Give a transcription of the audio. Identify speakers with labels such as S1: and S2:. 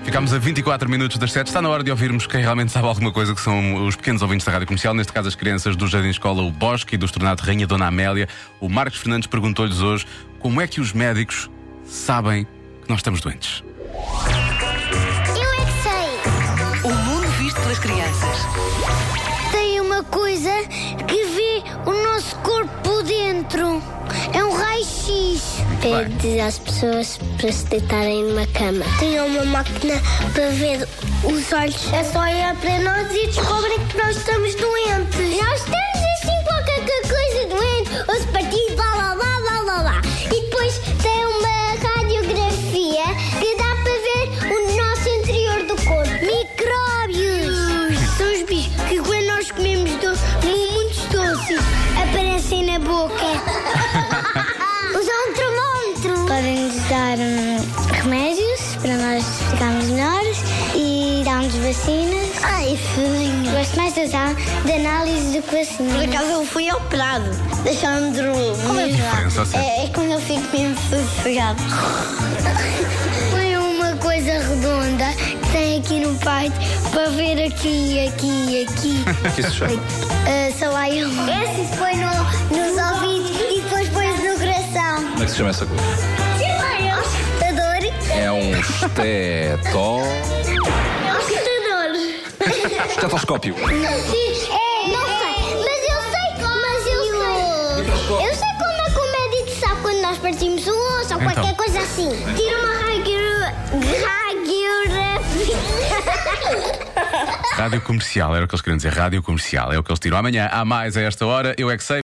S1: Ficámos a 24 minutos das 7. Está na hora de ouvirmos quem realmente sabe alguma coisa, que são os pequenos ouvintes da Rádio Comercial, neste caso as crianças do Jardim Escola O Bosque e do Estornado Rainha Dona Amélia. O Marcos Fernandes perguntou-lhes hoje como é que os médicos sabem que nós estamos doentes.
S2: Eu é que sei.
S3: O mundo visto pelas crianças.
S2: Tem uma coisa que vê o nosso corpo por dentro. É um raio-x.
S1: bem.
S2: Pede às pessoas para se deitarem numa cama. Tem uma máquina para ver os olhos. É só olhar para nós e descobrem que nós estamos doentes. Nós temos assim qualquer coisa doente. Os partidos, blá blá blá blá blá blá. E depois tem uma radiografia que dá para ver o nosso interior do corpo. Micróbios! São os bichos que quando nós comemos do, muitos doces aparecem na boca. Usam um termómetro. Podem-nos dar hum, remédios para nós ficarmos melhores e dar-nos vacinas. Ai, filhinho. Gosto mais de usar de análise do que vacinas. Por acaso eu fui operado. Deixaram-me dormir. Como é
S1: diferença, assim?
S2: é quando eu fico mesmo sossegado. Põe uma coisa redonda que tem aqui no peito para ver aqui, aqui, aqui.
S1: Que isso chama?
S2: uh, sei lá, eu. Esse põe no, nos ouvidos e depois põe no coração.
S4: Como é que se chama essa coisa?
S2: Sei lá, eu. Ostador.
S4: É um estetó...
S2: Ostador.
S4: estetoscópio.
S2: Não sei, mas eu sei Mas eu sei. Eu sei como é que o médico sabe quando nós partimos o osso ou qualquer coisa assim. Tira uma radiografia.
S1: Rádio Comercial, era o que eles queriam dizer, Rádio Comercial, é o que eles tiram. Amanhã há mais a esta hora, eu é que sei.